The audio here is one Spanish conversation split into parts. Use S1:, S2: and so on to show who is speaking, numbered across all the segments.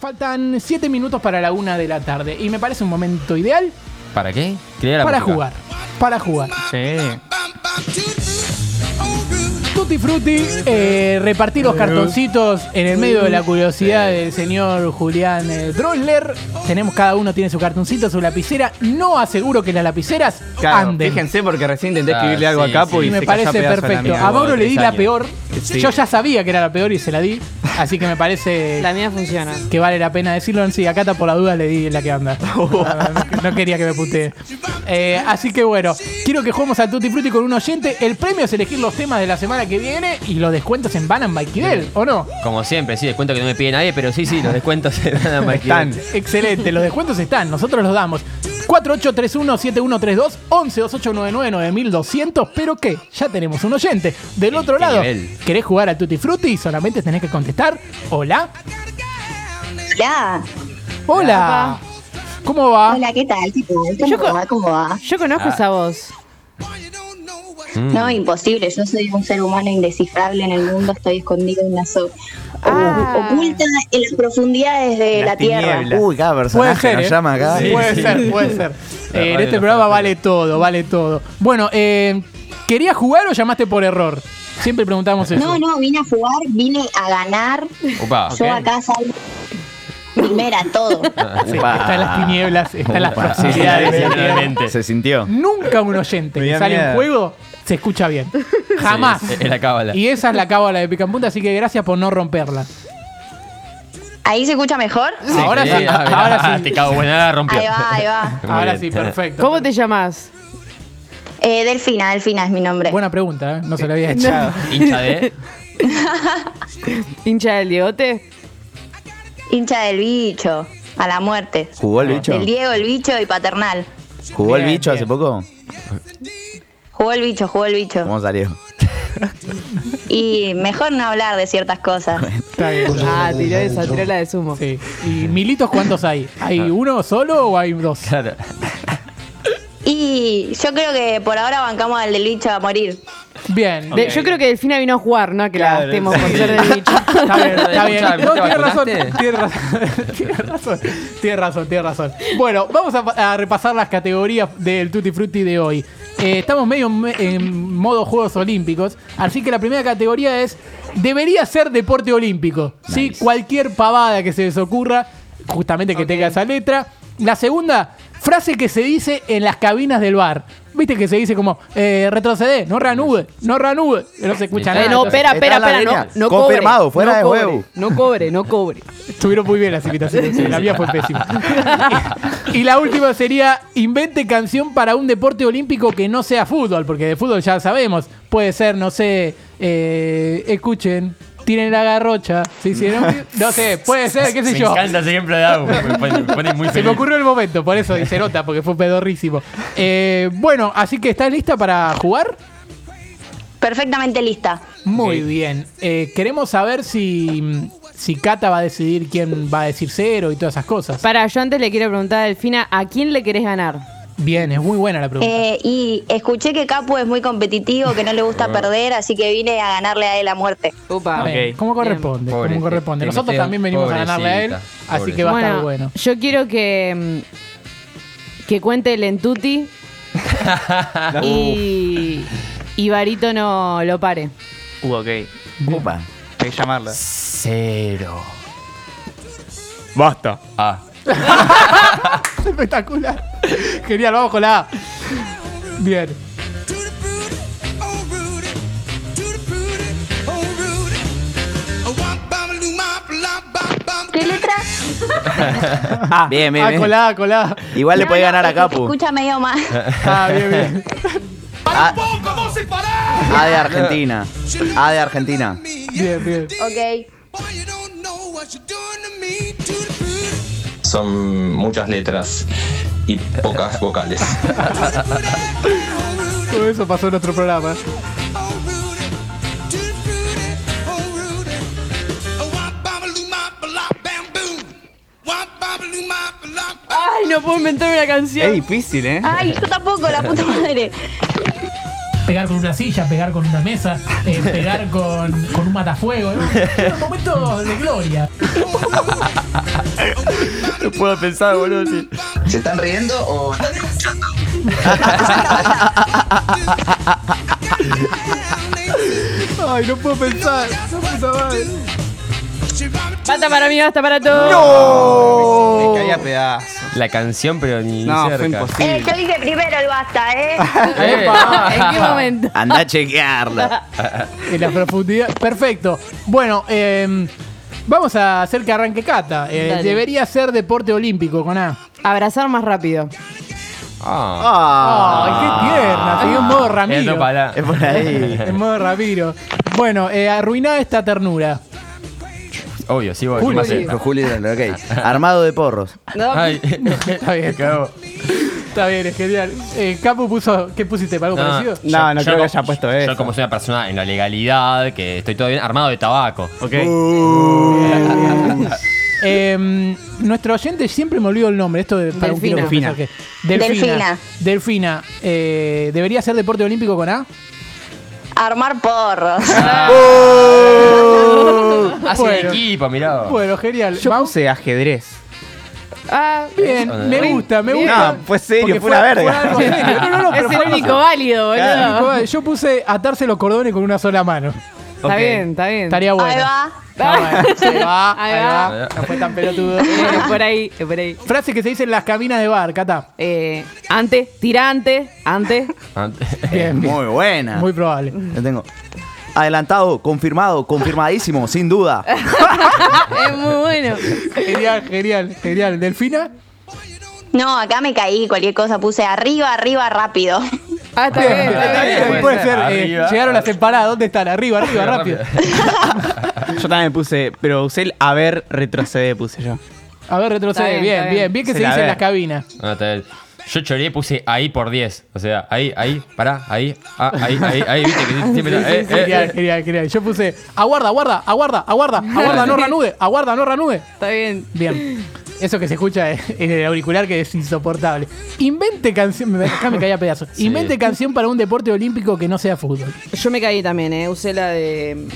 S1: faltan 7 minutos para la una de la tarde. Y me parece un momento ideal
S2: ¿Para qué? Quería la
S1: para
S2: música.
S1: jugar. Para jugar.
S2: Sí.
S1: Tutti Frutti, eh, repartir los cartoncitos en el medio de la curiosidad del señor Julián eh, Drosler. Tenemos, cada uno tiene su cartoncito, su lapicera. No aseguro que las lapiceras
S3: Claro,
S1: anden.
S3: fíjense porque recién intenté
S2: Ah,
S3: escribirle algo
S2: sí,
S3: a Capo
S2: sí.
S3: y
S1: me
S3: se cayó
S1: parece
S3: pedazos a la
S1: perfecto.
S3: mierda.
S1: A Mauro le di
S3: Tres
S1: la
S3: años.
S1: peor.
S3: Sí.
S1: Yo ya sabía que era la peor y se la di. Así que me parece
S4: La mía funciona.
S1: que vale la pena decirlo. En sí, acá está por la duda le di la que anda.
S3: Oh.
S1: No, no- no quería que me putee. Eh, así que bueno, quiero que juguemos al Tutti Frutti con un oyente. El premio es elegir los temas de la semana que viene y los descuentos en Banan by Kidel, ¿o no?
S2: Como siempre, sí, descuento que no me pide nadie, pero sí, sí, los descuentos se dan a Mike
S3: Están.
S2: Gill.
S1: Excelente, los descuentos están, nosotros los damos. 4831-7132, 1128999200, pero que ya tenemos un oyente. Del otro
S2: qué
S1: lado,
S2: Este nivel.
S1: ¿querés jugar al Tutti Frutti? Solamente tenés que contestar, hola,
S5: Hola,
S1: hola. ¿Cómo va?
S5: hola, ¿qué tal? chicos?
S4: Ah. Yo
S5: ¿Cómo
S4: co-
S5: va? ¿Cómo va?
S4: Yo conozco esa voz.
S3: Mm.
S5: No, imposible, yo soy un ser humano indescifrable en el mundo, estoy escondido en la so
S4: Ah.
S5: oculta en las profundidades de
S3: Las
S5: la Tierra.
S3: tinieblas.
S6: Uy, cada personaje nos
S1: ¿eh?
S6: llama acá.
S2: Sí.
S1: puede ser, puede ser. Eh,
S2: La
S1: en
S2: radio
S1: este
S2: nos
S1: programa
S2: trata.
S1: vale todo, vale todo. Bueno, eh, ¿querías jugar o llamaste por error? Siempre preguntamos eso.
S5: No, no, vine a jugar, vine a ganar.
S2: Opa.
S5: Yo acá salgo primera, todo.
S3: Ah.
S1: Sí,
S6: Upa.
S1: está en las tinieblas, está en las
S6: Upa.
S2: Sí, sí,
S1: profundidades.
S2: sí, realmente.
S6: Se sintió.
S1: Nunca un oyente
S3: Me
S1: que
S3: da
S1: sale en
S3: miedo.
S1: juego se escucha bien. Jamás.
S2: Sí, es- es la cábala.
S1: Y esa es la cábala de Pica en Punta, así que gracias por no romperla.
S5: ¿Ahí se escucha mejor?
S1: ahora sí,
S2: ah, mirá,
S1: ahora sí.
S2: Te cago, buena, la rompió.
S5: Ahí va, ahí va.
S2: Muy
S1: Ahora
S2: bien.
S1: sí, perfecto.
S4: ¿Cómo te llamas?
S5: Eh, Delfina, Delfina es mi nombre.
S1: Buena pregunta, ¿eh? no se la había hecho.
S2: Hincha de.
S4: ¿Hincha del Diegote?
S5: Hincha del bicho, a la muerte.
S6: ¿Jugó el bicho?
S5: Del Diego, el bicho y paternal.
S6: ¿Jugó el
S1: Bien,
S6: bicho hace
S1: bien.
S6: poco?
S5: Jugó el bicho, jugó el bicho.
S6: ¿Cómo salió?
S5: Y mejor no hablar de ciertas cosas.
S1: Está bien.
S4: Ah, tiró esa, tiró la de sumo.
S1: Sí. ¿Y militos cuántos hay? ¿Hay
S2: Ah.
S1: uno solo o hay dos?
S2: Claro.
S5: Y yo creo que por ahora bancamos al del bicho a morir.
S1: Bien.
S4: De- yo creo que Delfina vino a jugar, ¿no? Que la gastemos por ser del bicho.
S2: Ah,
S1: Está bien, está bien.
S2: Escuchá,
S1: No,
S2: ¿vos te
S1: tiene razón,
S2: vacunaste?
S1: tiene razón, tiene razón, tiene razón, tiene razón. Bueno, vamos a, a repasar las categorías del Tutti Frutti de hoy. Eh, estamos medio en, en modo Juegos Olímpicos, así que la primera categoría es, debería ser deporte olímpico, ¿sí? Cualquier pavada que se les ocurra, justamente que tenga esa letra. La segunda, frase que se dice en las cabinas del bar. Viste que se dice como, eh, retrocede, no reanude, no reanude, no se escucha nada.
S4: Eh, no,
S1: entonces-
S4: espera,
S6: Está
S4: espera,
S6: en la
S4: espera, no,
S6: arena.
S4: no cobre.
S6: Confirmado, fuera
S4: no
S6: de
S4: cobre,
S6: juego.
S4: No cobre, no cobre.
S1: Estuvieron muy bien las invitaciones. La mía fue pésima. Y, y la última sería: invente canción para un deporte olímpico que no sea fútbol, porque de fútbol ya sabemos. Puede ser, no sé, eh, escuchen, tiren la garrocha. ¿Se hicieron? No sé, puede ser, qué sé
S2: Me
S1: yo.
S2: encanta ese ejemplo de Agus. Me pone, me pone muy
S1: Se me
S2: feliz.
S1: ocurrió el momento, por eso, y se nota, porque fue pedorrísimo. Eh, bueno, así que ¿estás lista para jugar?
S5: Perfectamente lista.
S1: Muy bien. Eh, queremos saber si, si Cata va a decidir quién va a decir cero y todas esas cosas.
S4: Para, yo antes le quiero preguntar a Delfina, ¿a quién le querés ganar?
S1: Bien, es muy buena la pregunta.
S5: Eh, y escuché que Capo es muy competitivo, que no le
S6: Ah.
S5: gusta perder, así que vine a ganarle a él la muerte.
S4: Opa.
S1: Está bien,
S2: Ok.
S1: ¿Cómo corresponde?
S2: Bien.
S1: ¿Cómo corresponde?
S2: Pobre,
S1: Nosotros
S2: Timoteo,
S1: también venimos a ganarle a él,
S2: pobrecita,
S1: así que va a estar bueno.
S4: Yo quiero que. mm, Que cuente el entuti. y. Y Barito no lo pare.
S3: Uh, ok. Hay
S6: Upa.
S3: que llamarla.
S2: Cero.
S3: Basta.
S2: Ah.
S1: Espectacular. Genial, vamos con la A. Bien.
S5: ¿Qué letra?
S6: Bien, bien,
S1: Ah,
S6: bien.
S1: con la A, con la A.
S6: Igual le
S5: No,
S6: puede
S5: no,
S6: ganar
S5: es
S6: a
S5: que se
S6: Capu.
S5: Escucha medio más.
S1: Ah, bien, bien.
S6: A, A de Argentina. A de Argentina.
S1: Bien, bien.
S5: Ok.
S7: Son muchas letras y pocas vocales.
S1: Todo eso pasó en nuestro programa.
S4: Ay, no puedo inventarme la canción.
S3: Es difícil, ¿eh?
S5: Ay, yo tampoco, la puta madre.
S1: pegar con una silla, pegar con una mesa, eh, pegar con, con un matafuego. ¿no? Era un momento de gloria.
S6: No puedo pensar, boludo. sí.
S7: ¿Se están riendo o están escuchando?
S6: Ay, no puedo pensar.
S4: Basta para mí, basta para todos.
S6: ¡No!
S3: Me caía a pedazos.
S2: La canción, pero ni
S3: No, fue
S2: cerca.
S5: Eh, yo
S3: imposible.
S5: dije primero el basta, ¿eh?
S4: ¿En qué momento?
S6: Anda a chequearla.
S1: En la profundidad. Perfecto. Bueno, eh, vamos a hacer que arranque Cata. Eh,
S4: Dale.
S1: debería ser deporte olímpico con A.
S4: Abrazar más rápido.
S2: Ah.
S6: Ah,
S1: Ay, qué tierna. Siguió en modo
S2: Era
S1: Ramiro.
S2: otro pará.
S6: es por ahí.
S1: En modo Ramiro. Bueno, eh, arruiná esta ternura.
S2: Obvio, sí, voy.
S1: Julio
S2: ¿Qué más es?
S6: Con Julio Drano, ok. Armado de porros.
S4: No,
S1: Ah,
S2: Ay,
S1: Está bien.
S2: me cago.
S1: Está bien, es genial. Eh, Capu puso. ¿Qué pusiste? ¿Algo
S2: No,
S1: parecido?
S3: No, no creo que haya puesto
S2: yo
S3: eso.
S2: como soy una persona en la legalidad, que estoy todo bien, armado de tabaco.
S3: Ok.
S1: Eh, nuestro oyente siempre me olvido el nombre. Esto de para un kilo de
S4: Delfina.
S1: pesos que- Delfina. Delfina.
S5: Delfina.
S1: eh, ¿Debería ser deporte olímpico con A?
S5: Armar porros.
S6: Ah,
S2: Hace
S1: Bueno.
S2: equipo, mirá. vos.
S1: Bueno, genial.
S3: Yo
S1: Vamos-
S3: puse ajedrez.
S4: Ah,
S1: Bien, me gusta, me
S4: Bien.
S1: gusta.
S6: No, fue serio,
S1: Porque
S6: fue una verga.
S1: algo serio. No, no, no, pero
S4: es
S1: fue
S4: el
S1: algo
S4: único válido, boludo.
S1: serio. Yo puse atarse los cordones con una sola mano.
S4: Está
S2: Ok.
S4: bien, está bien.
S1: Estaría bueno.
S5: Ahí va.
S1: Ah, bueno, se va,
S4: Ahí
S1: ahí
S4: va.
S1: va. No fue tan pelotudo.
S4: Bueno, por ahí, es por ahí.
S1: Frase que se dice en las cabinas de bar, Cata.
S4: Eh, antes, tirante, antes.
S2: Antes-
S1: Bien, bien.
S6: Muy buena.
S1: Muy probable.
S6: Yo tengo. Adelantado, confirmado, confirmadísimo, sin duda.
S1: Ah,
S4: es muy bueno.
S1: Genial, genial, genial. ¿Delfina?
S5: No, acá me caí, cualquier cosa puse arriba, arriba, rápido.
S4: Ah, está bien, está bien.
S2: bien,
S1: Puede
S2: puede
S1: ser.
S2: ser.
S1: eh,
S2: Arriba.
S1: llegaron las empanadas. ¿Dónde están? Arriba, arriba,
S2: Arriba,
S1: rápido.
S3: Yo también puse, pero usé el haber retrocede, puse yo.
S1: A ver, retrocede.
S4: Está bien,
S1: Bien,
S4: está
S1: bien, bien.
S4: bien.
S1: que se,
S3: Se la
S1: dice en
S3: ve.
S1: las cabinas.
S2: Ah, está bien. Yo choré, puse ahí por 10. O sea, ahí, ahí, pará, ahí, ah, ahí, ahí, ahí, viste que siempre.
S1: Sí,
S2: eh,
S1: sí,
S2: eh,
S1: genial,
S2: eh.
S1: genial, genial. Yo puse, aguarda, aguarda, aguarda, aguarda, aguarda, no ranude, aguarda, no ranude.
S4: Está bien.
S1: Bien. Eso que se escucha en el auricular que es insoportable. Invente canción. me- Acá me caía a pedazos.
S2: Sí.
S1: Invente canción para un deporte olímpico que no sea fútbol.
S4: Yo me caí también, eh. Usé la de.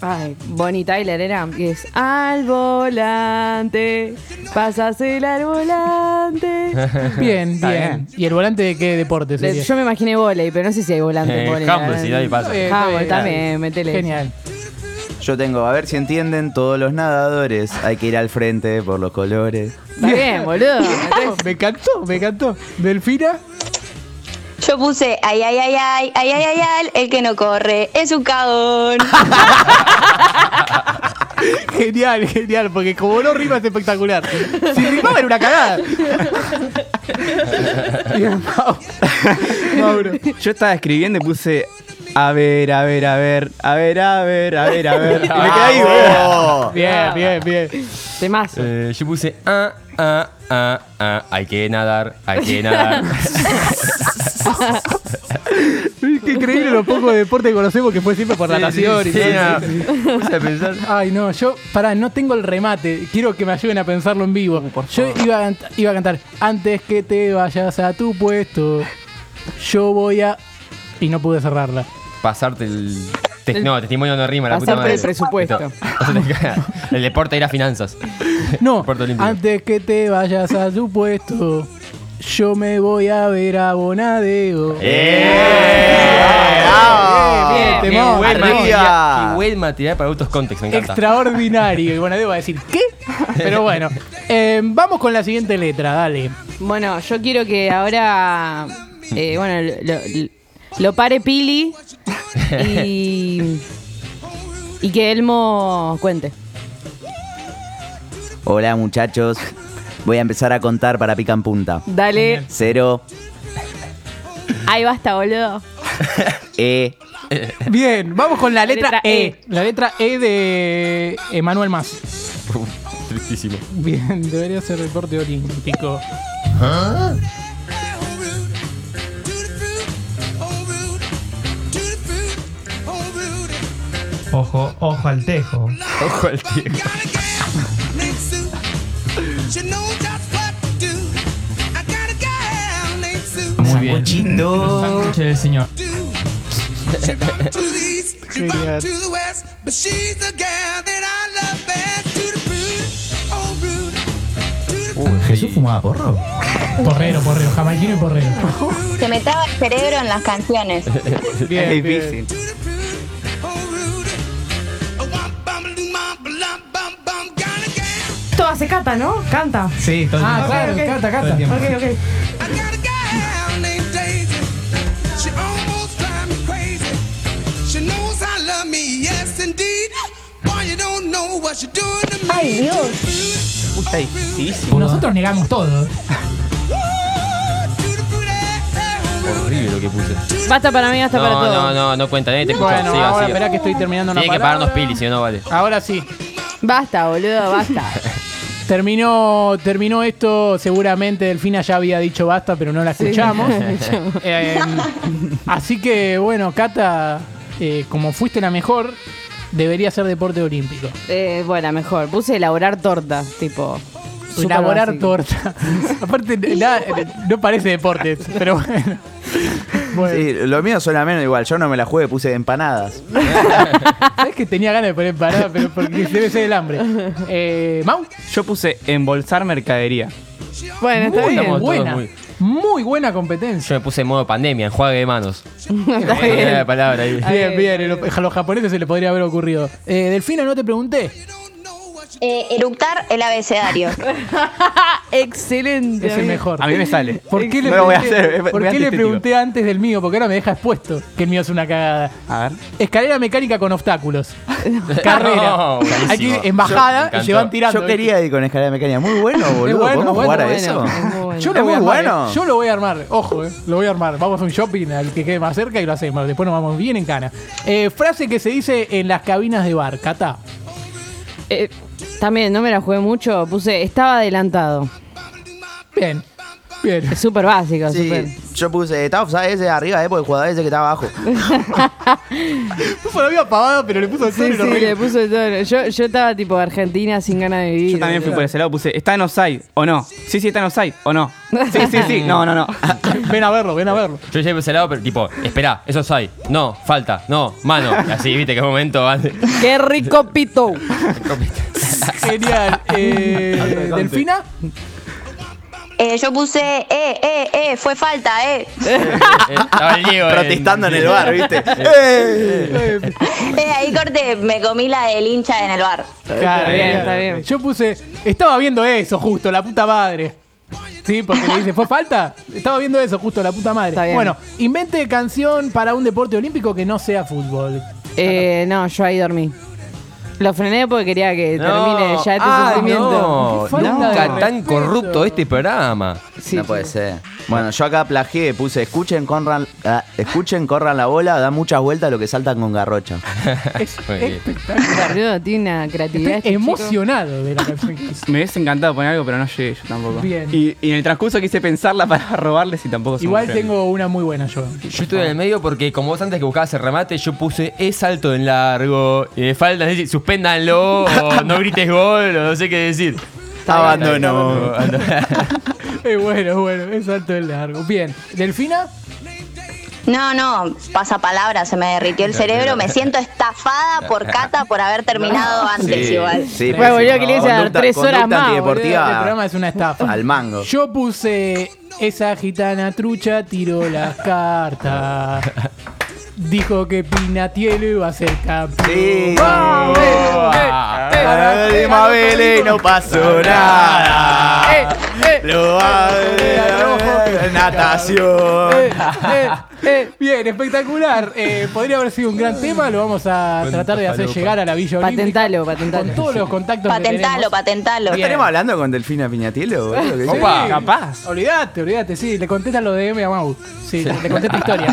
S4: Ay, Bonnie Tyler era. Que es al volante. Pasásela al volante.
S1: Bien, bien.
S3: Está bien.
S1: ¿Y el volante de qué deporte
S4: Le-
S1: sería?
S4: Yo me imaginé volei, pero no sé si hay volante
S2: Eh,
S4: en volei. la
S2: handball,
S4: verdad.
S2: si nadie
S1: Está
S2: pasa.
S1: bien, está
S4: Handball
S1: bien.
S4: también, metele.
S1: Genial.
S6: Yo tengo, a ver si entienden todos los nadadores. Hay que ir al frente por los colores.
S4: Está bien, boludo. Entonces,
S1: Me encantó, me encantó. Delfina.
S5: Yo puse ay, ay, ay, ay, ay, ay, ay, ay, el que no corre es un cagón.
S1: Genial, genial, porque como no rima es espectacular. Si rimaba era una cagada. Bien, Mau. Mauro.
S3: Yo estaba escribiendo y puse a ver, a ver, a ver, a ver, a ver, a ver, a ver. Y me quedé ahí, boludo.
S6: ¡Oh!
S1: Bien, bien, bien.
S4: temazo.
S2: Eh, yo puse ah, ah, ah, ah, hay que nadar, hay que nadar.
S1: Qué increíble lo poco de deporte que conocemos que fue siempre por la natación y todo eso.
S2: no. Puse a pensar.
S1: Ay, no, yo, pará, no tengo el remate. Quiero que me ayuden a pensarlo en vivo. Yo iba a, cant- iba a cantar, antes que te vayas a tu puesto, yo voy a... Y no pude cerrarla.
S2: Pasarte el. te- no, testimonio no rima, la puta
S4: Pasarte
S2: madre.
S4: el presupuesto.
S2: No. el deporte ir a finanzas.
S1: No,
S2: Deporte olímpico.
S1: antes que te vayas a tu puesto, yo me voy a ver a Bonadeo.
S6: ¡Eh!
S1: Bien,
S2: Qué
S1: temón.
S2: eh, buen
S6: Arriba.
S2: material, qué buen material para autos context, me encanta.
S1: Extraordinario. Y Bonadeo va a decir, ¿qué? Pero bueno, eh, vamos con la siguiente letra, dale.
S4: Bueno, yo quiero que ahora. eh, bueno, lo, lo- lo pare Pili. Y. Y que Elmo cuente.
S6: Hola, muchachos. Voy a empezar a contar para pica en punta.
S4: Dale.
S6: Cero,
S4: Ahí basta, boludo.
S6: E,
S1: Bien, vamos con la letra,
S4: Letra
S1: e.
S4: E.
S1: La letra E de Emanuel Más.
S2: Tristísimo.
S1: Bien, debería ser deporte olímpico.
S8: Ojo, ojo al tejo.
S2: Ojo al tío.
S8: Muy bien. Sándwich del señor.
S1: Genial.
S9: ¿Jesús fumaba porro?
S8: Porrero, porrero, jamaiquino y porrero.
S5: Se me estaba el cerebro en las canciones.
S1: Bien,
S6: es
S1: bien.
S6: difícil.
S4: Esto hace cata, ¿no? Canta.
S8: Sí, todo el
S1: Ah,
S8: tiempo.
S1: claro,
S4: Ok, ok.
S1: cata,
S8: Todo el
S1: cata.
S8: tiempo.
S4: Ok, ok.
S5: Ay, Dios.
S6: Está difícil.
S8: Nosotros negamos todo.
S2: Horrible lo que puse.
S4: Basta para mí, basta
S2: No,
S4: para todo.
S2: no, no, no cuenta, nadie te escucha.
S1: Bueno,
S2: siga,
S1: ahora
S2: siga.
S1: espera que estoy terminando una
S2: Tiene que
S1: palabra.
S2: pagarnos pili, si no, no vale.
S1: Ahora sí.
S4: Basta, boludo, basta.
S1: Terminó, terminó esto, seguramente Delfina ya había dicho basta, pero no la escuchamos. Eh, así que bueno, Cata, eh, como fuiste la mejor, debería ser deporte olímpico.
S4: Eh, bueno, mejor. Puse elaborar tortas, tipo. súper
S1: Elaborar
S4: básico.
S1: torta. Aparte, nada- no parece deporte, pero bueno. bueno
S6: Sí, lo mío suena menos igual. Yo no me la jugué, puse empanadas.
S1: Sabes que tenía ganas de poner parada, pero porque debe ser el hambre. Eh, Mau,
S3: Yo puse embolsar mercadería.
S4: Bueno, está
S1: muy
S4: bien.
S2: estamos-
S1: buena.
S2: todos
S1: Muy buena competencia.
S2: Yo me puse en modo pandemia, enjuague de manos.
S4: Está bien.
S2: Era la palabra ahí.
S4: Ay,
S1: Bien,
S4: ay,
S1: bien.
S4: ay,
S1: lo- A los japoneses se le podría haber ocurrido. Eh, Delfina, no te pregunté.
S5: Eh, eructar el abecedario.
S4: Excelente.
S1: Es el
S4: amigo.
S1: mejor.
S3: A mí me sale.
S1: ¿Por qué le,
S3: No lo voy a
S1: pregunté,
S3: hacer, este
S1: ¿por
S3: es- es
S1: qué le
S3: antiestético.
S1: pregunté antes del mío? Porque ahora me deja expuesto que el mío es una cagada.
S3: A ver.
S1: Escalera mecánica con obstáculos. Ah, Carrera.
S2: No, buenísimo.
S1: Aquí
S2: Yo- me
S1: embajada y
S2: encantó.
S1: se van tirando.
S6: Yo quería ir con escalera mecánica. Muy bueno, boludo.
S1: bueno,
S6: ¿Podemos
S1: bueno,
S6: jugar a
S1: bueno.
S6: eso?
S4: Es muy bueno.
S1: Yo lo
S6: Es
S1: voy a
S6: muy
S1: armar.
S6: bueno.
S1: eh. Yo lo voy a armar. Ojo, eh, lo voy a armar. Vamos a un shopping al que quede más cerca y lo hacemos. Después nos vamos bien en cana. Eh, frase que se dice en las cabinas de bar. Cata.
S4: Eh, también, no me la jugué mucho. Puse, estaba adelantado.
S1: Bien. Bien.
S4: Es súper básico,
S6: Sí,
S4: súper.
S6: yo puse, está offside ese de arriba, eh, por el jugador ese que está abajo.
S1: Puso la vida pavada, pero le puso el sol
S4: Sí,
S1: y lo
S4: sí,
S1: re-
S4: le puso todo. Yo, yo estaba tipo Argentina sin ganas de vivir.
S3: Yo también fui
S4: boludo.
S3: por ese lado, puse, ¿está en offside o no? Sí, sí, está en offside o no. Sí, sí,
S1: Mm.
S3: sí, no, no, no.
S1: Ven a verlo, ven a verlo.
S2: Yo llevo ese lado, pero tipo, esperá, eso es ahí. No, falta, no, mano. Y Así, viste, qué momento vale.
S4: ¡Qué rico pito!
S1: Genial. Eh, Delfina.
S5: Eh, yo puse, eh, eh, eh, fue falta, eh.
S2: Estaba el Diego. en-
S6: Protestando en el bar, ¿viste? ¡Eh!
S5: Eh, ahí corte, me comí la del hincha en el bar.
S1: Claro,
S4: bien, está bien.
S1: Yo puse, estaba viendo eso justo, la puta madre. Sí, porque le dice, ¿fue falta? Estaba viendo eso justo, la puta madre.
S4: Está bien.
S1: Bueno, invente canción para un deporte olímpico que no sea fútbol.
S4: Eh, no, yo ahí dormí. Lo frené porque quería que
S2: No.
S4: termine ya este
S2: Ah,
S4: sufrimiento.
S2: No,
S1: Qué falta de
S2: nunca tan
S1: respeto.
S2: corrupto este programa.
S4: Sí,
S6: no puede ser. Bueno, yo acá plagié, puse, escuchen, corran, ah, escuchen, corran la bola, da muchas vueltas lo que saltan con garrocha.
S1: Es
S2: Muy bien.
S1: espectacular.
S4: Boludo, tiene una creatividad.
S1: Estoy
S4: este chico.
S1: emocionado de la canción que hizo.
S3: Me hubiese encantado poner algo, pero no llegué yo tampoco.
S1: Bien.
S3: Y, y en el transcurso quise pensarla para robarles y tampoco se me
S1: Igual
S3: ocurrió.
S1: tengo una muy buena yo.
S2: Yo estuve en el medio porque, como vos antes que buscabas el remate, yo puse es salto en largo, eh, falta, es decir, suspéndanlo, o no grites gol, o no sé qué decir.
S6: Abandono.
S1: Es bueno, es bueno, es alto el largo. Bien, Delfina,
S5: No, no, pasapalabra, se me derritió el cerebro. Me siento estafada por Cata por haber terminado antes igual.
S6: sí,
S4: Bueno,
S6: pésimo.
S4: boludo, que le hice dar
S6: Conducta-
S4: tres horas
S6: conducta
S4: más,
S6: antideportiva
S1: el programa es una estafa.
S6: al mango.
S1: Yo puse, esa gitana trucha tiró las cartas. Dijo que Pinatielo iba a ser campeón.
S6: Sí. Ah.
S1: ¡Vamos! Eh,
S6: Además, Vélez no pasó nada.
S4: Eh, eh,
S6: Lo va a ver, natación.
S1: Eh, eh, Bien, espectacular. Eh, podría haber sido un gran tema. Lo vamos a tratar de hacer llegar a la Villa Olímpica.
S4: Patentalo, patentalo.
S1: Ah. Con todos los contactos
S5: Patentalo,
S1: que
S5: patentalo.
S6: ¿No estaremos hablando con Delfina Piñatielo? boludo? Que sí.
S1: tenemos.
S2: Opa.
S1: Sí.
S3: Capaz.
S1: Olvídate, olvídate. Sí, le contestan los DM a Mau. Sí, le contesta historia.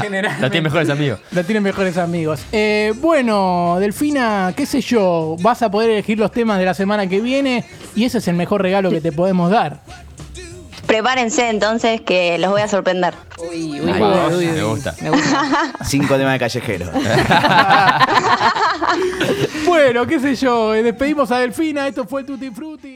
S1: General.
S2: La tiene mejores amigos.
S1: La tienen mejores amigos. Eh, bueno, Delfina, qué sé yo, vas a poder elegir los temas de la semana que viene y ese es el mejor regalo que te podemos dar.
S5: Prepárense entonces que los voy a sorprender.
S4: Uy, uy,
S2: Ahí
S4: uy,
S2: va,
S4: uy,
S2: me
S4: uy.
S2: gusta.
S4: Me gusta.
S6: Cinco temas de callejero.
S1: Bueno, qué sé yo, eh, despedimos a Delfina, esto fue Tutti Frutti.